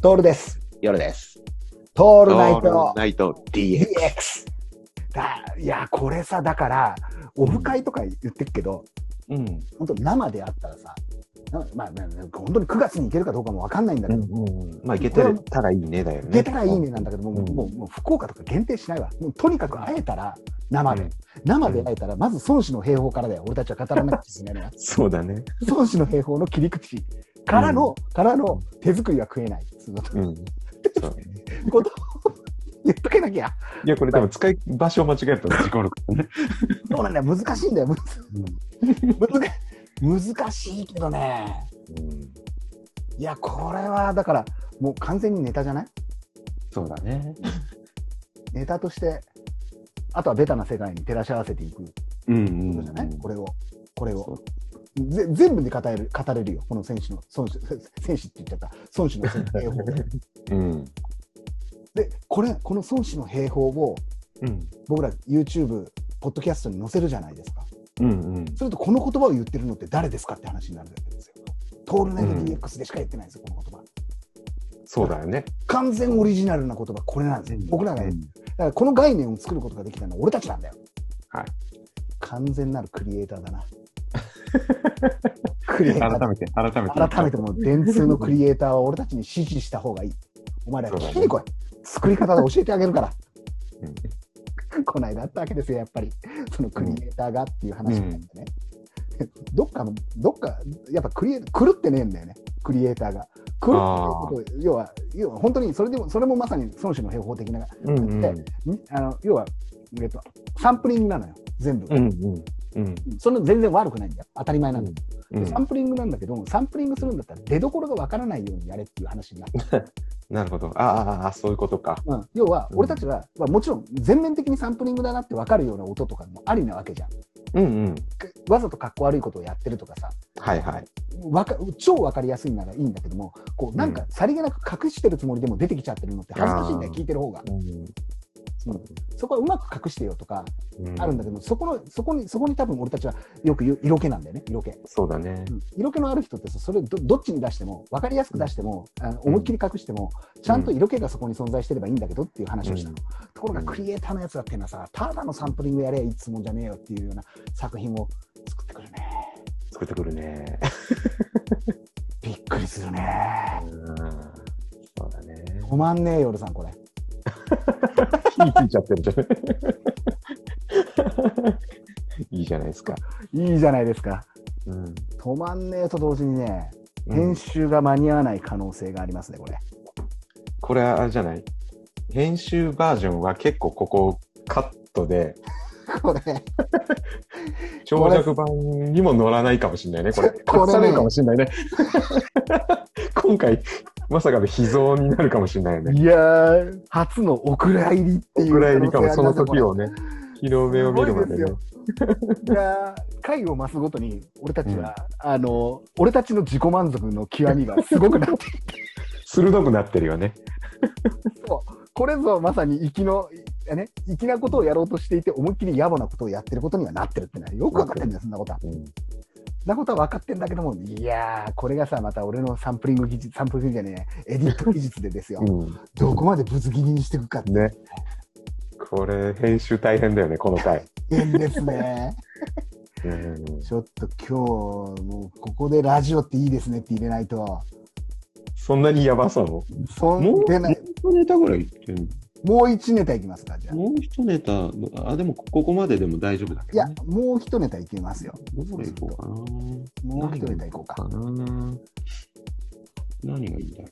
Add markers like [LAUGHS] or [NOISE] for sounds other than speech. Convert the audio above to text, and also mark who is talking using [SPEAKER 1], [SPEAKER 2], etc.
[SPEAKER 1] トールです。
[SPEAKER 2] 夜です。
[SPEAKER 1] ト
[SPEAKER 2] オ
[SPEAKER 1] ールナイト
[SPEAKER 2] ナイト DX。
[SPEAKER 1] DX。だいや、これさ、だから、オフ会とか言ってるけど、
[SPEAKER 2] うん。
[SPEAKER 1] 本当生であったらさ、なまあ、まあ本当に9月に行けるかどうかもわかんないんだ
[SPEAKER 2] う
[SPEAKER 1] け
[SPEAKER 2] ん
[SPEAKER 1] ど、
[SPEAKER 2] うん、まあ、いけてたらいいねだよね。
[SPEAKER 1] 出たらいいねなんだけど、もう、
[SPEAKER 2] うん
[SPEAKER 1] もう、もう福岡とか限定しないわ。もうとにかく会えたら、生で、
[SPEAKER 2] うん
[SPEAKER 1] 生で会えたら、まず孫子の兵法からだよ。俺たちは語らなくちゃいけないのは [LAUGHS]
[SPEAKER 2] そうだね。
[SPEAKER 1] 孫子の兵法の切り口からの、からの手作りは食えない。その [LAUGHS]
[SPEAKER 2] うん。そうね
[SPEAKER 1] ことを言っとけなきゃ。
[SPEAKER 2] いや、これ多分使い場所を間違えたら事故るからね。
[SPEAKER 1] そうなんだよ、難しいんだよ。むずむず [LAUGHS] 難しいけどね。
[SPEAKER 2] うん。
[SPEAKER 1] いや、これはだから、もう完全にネタじゃない
[SPEAKER 2] そうだね。
[SPEAKER 1] ネタとして、あとはベタな世界に照らし合わせていくこ
[SPEAKER 2] うん
[SPEAKER 1] とじゃない、これを、これを
[SPEAKER 2] そ。
[SPEAKER 1] ぜ全部で語れる語れるよ、この選手の、孫子選手って言っちゃった、孫子の兵
[SPEAKER 2] [LAUGHS]
[SPEAKER 1] 法で。
[SPEAKER 2] うん。
[SPEAKER 1] で、これ、この孫子の兵法を、
[SPEAKER 2] うん。
[SPEAKER 1] 僕ら YouTube、ポッドキャストに載せるじゃないですか。
[SPEAKER 2] うんうん。
[SPEAKER 1] それと、この言葉を言ってるのって誰ですかって話になるんですよ。トールナイト DX でしか言ってないんですよ、この言葉。
[SPEAKER 2] そうだよね。
[SPEAKER 1] 完全オリジナルな言葉これなんですよ、僕らが、
[SPEAKER 2] う
[SPEAKER 1] だ
[SPEAKER 2] ん
[SPEAKER 1] からこの概念を作ることができたのは俺たちなんだよ
[SPEAKER 2] はい
[SPEAKER 1] 完全なるクリエイターだ
[SPEAKER 2] [LAUGHS]
[SPEAKER 1] なクリエイター
[SPEAKER 2] 改めて、改めて。
[SPEAKER 1] 改めてもう電通のクリエイターは俺たちに指示した方がいいお前ら聞きに来い作り方で教えてあげるから
[SPEAKER 2] うん
[SPEAKER 1] こないだあったわけですよやっぱりそのクリエイターがっていう話になってね、どっかのどっかやっぱクリエ狂ってねえんだよねクリエイターが狂ってること要は要は本当にそれでもそれもまさに孫子の兵法的な
[SPEAKER 2] うんうん。
[SPEAKER 1] でにあの要は、えっと、サンプリングなのよ全部、
[SPEAKER 2] うんうん。うん
[SPEAKER 1] その全然悪くないんだよ当たり前なんだよ、
[SPEAKER 2] う
[SPEAKER 1] で
[SPEAKER 2] ん
[SPEAKER 1] サ。ンプリングなんだけどサンプリングするんだったら出どころがわからないようにやれっていう話になる、
[SPEAKER 2] なるほど。あーあー、あーそういうことか。
[SPEAKER 1] うん、要は
[SPEAKER 2] うん
[SPEAKER 1] 俺たちは、まあ、もちろん全面的にサンプリングだなってわかるような音とかもありなわけじゃん
[SPEAKER 2] うんうん。
[SPEAKER 1] くわざとかっこ悪いことをやってるとかさ
[SPEAKER 2] はいはい。
[SPEAKER 1] わか超わかりやすいならいいんだけどもこうなんかさりげなく隠してるつもりでも出てきちゃってるのって恥ずかしいんだよ
[SPEAKER 2] あー
[SPEAKER 1] 聞いてる方がそこはうまく隠してよとか
[SPEAKER 2] うん
[SPEAKER 1] あるんだけど、そこのそこにそこに多分俺たちはよく言う色気なんだよね色気、
[SPEAKER 2] そうだね。
[SPEAKER 1] 色気のある人ってさそれどどっちに出しても分かりやすく出しても、あの思いっきり隠してもちゃんと色気がそこに存在してればいいんだけどっていう話をしたの、ところが
[SPEAKER 2] うん
[SPEAKER 1] クリエイターのやつだっていうのはさただのサンプリングやればいいつもんじゃねえよっていうような作品を作ってくるね
[SPEAKER 2] 作ってくるね。
[SPEAKER 1] びっくりするね
[SPEAKER 2] うんそうだね。
[SPEAKER 1] 止まんねえよ俺さんこれ
[SPEAKER 2] 火ついちゃってるじゃない。 [LAUGHS] いいじゃないですか。
[SPEAKER 1] いいじゃないですか
[SPEAKER 2] うん。
[SPEAKER 1] 止まんねえと同時にね編集が間に合わない可能性がありますねこれ、
[SPEAKER 2] これあれじゃない編集バージョンは結構ここカットで、
[SPEAKER 1] [LAUGHS] これ
[SPEAKER 2] 長尺版にも乗らないかもしれないね、これ。
[SPEAKER 1] [LAUGHS] これね
[SPEAKER 2] 隠されるかもしれないね。今回、まさかの秘蔵になるかもしれないよね。
[SPEAKER 1] いやー、初のお蔵入りっていう
[SPEAKER 2] ぐらいにかも、
[SPEAKER 1] 可
[SPEAKER 2] そ
[SPEAKER 1] 能
[SPEAKER 2] の
[SPEAKER 1] 性あります
[SPEAKER 2] 時
[SPEAKER 1] よ
[SPEAKER 2] を。ね、日の目を見るまです
[SPEAKER 1] ごい
[SPEAKER 2] ね
[SPEAKER 1] で。いやー回を増すごとに、俺たちは、あの、俺たちの自己満足の極みがすごくなって、 [LAUGHS]
[SPEAKER 2] 鋭くなってるよね。
[SPEAKER 1] これぞまさに粋の、いね、粋なことをやろうとしていて、思いっきり野暮なことをやってることにはなってるってね、よくわかってんだよ、そんなことは。
[SPEAKER 2] うん
[SPEAKER 1] そんなことは分かってんだけども、いやー、これがさ、また俺のサンプリング技術、サンプリングじゃねえ、エディット技術でですよ、
[SPEAKER 2] うん
[SPEAKER 1] どこまでぶつ切りにしていくかって、
[SPEAKER 2] ね。これ、編集大変だよね、この回。
[SPEAKER 1] 変です [LAUGHS] ね。
[SPEAKER 2] うん
[SPEAKER 1] ちょっと今日、もうここでラジオっていいですねって入れないと、
[SPEAKER 2] そんなにやばさの
[SPEAKER 1] そ
[SPEAKER 3] も
[SPEAKER 1] ん
[SPEAKER 3] う
[SPEAKER 1] でない
[SPEAKER 3] 一ネタぐらい言ってん
[SPEAKER 1] もう一ネタいきますか、じゃあ。
[SPEAKER 3] のもう一ネタの、あ、でもここまででも大丈夫だけ
[SPEAKER 1] い
[SPEAKER 3] ど、
[SPEAKER 1] や
[SPEAKER 3] ね。、
[SPEAKER 1] もう一ネタいきますよ。
[SPEAKER 3] どこ行こう
[SPEAKER 1] もう一ネタいこうか
[SPEAKER 3] か。な。かな。何がいいんだろ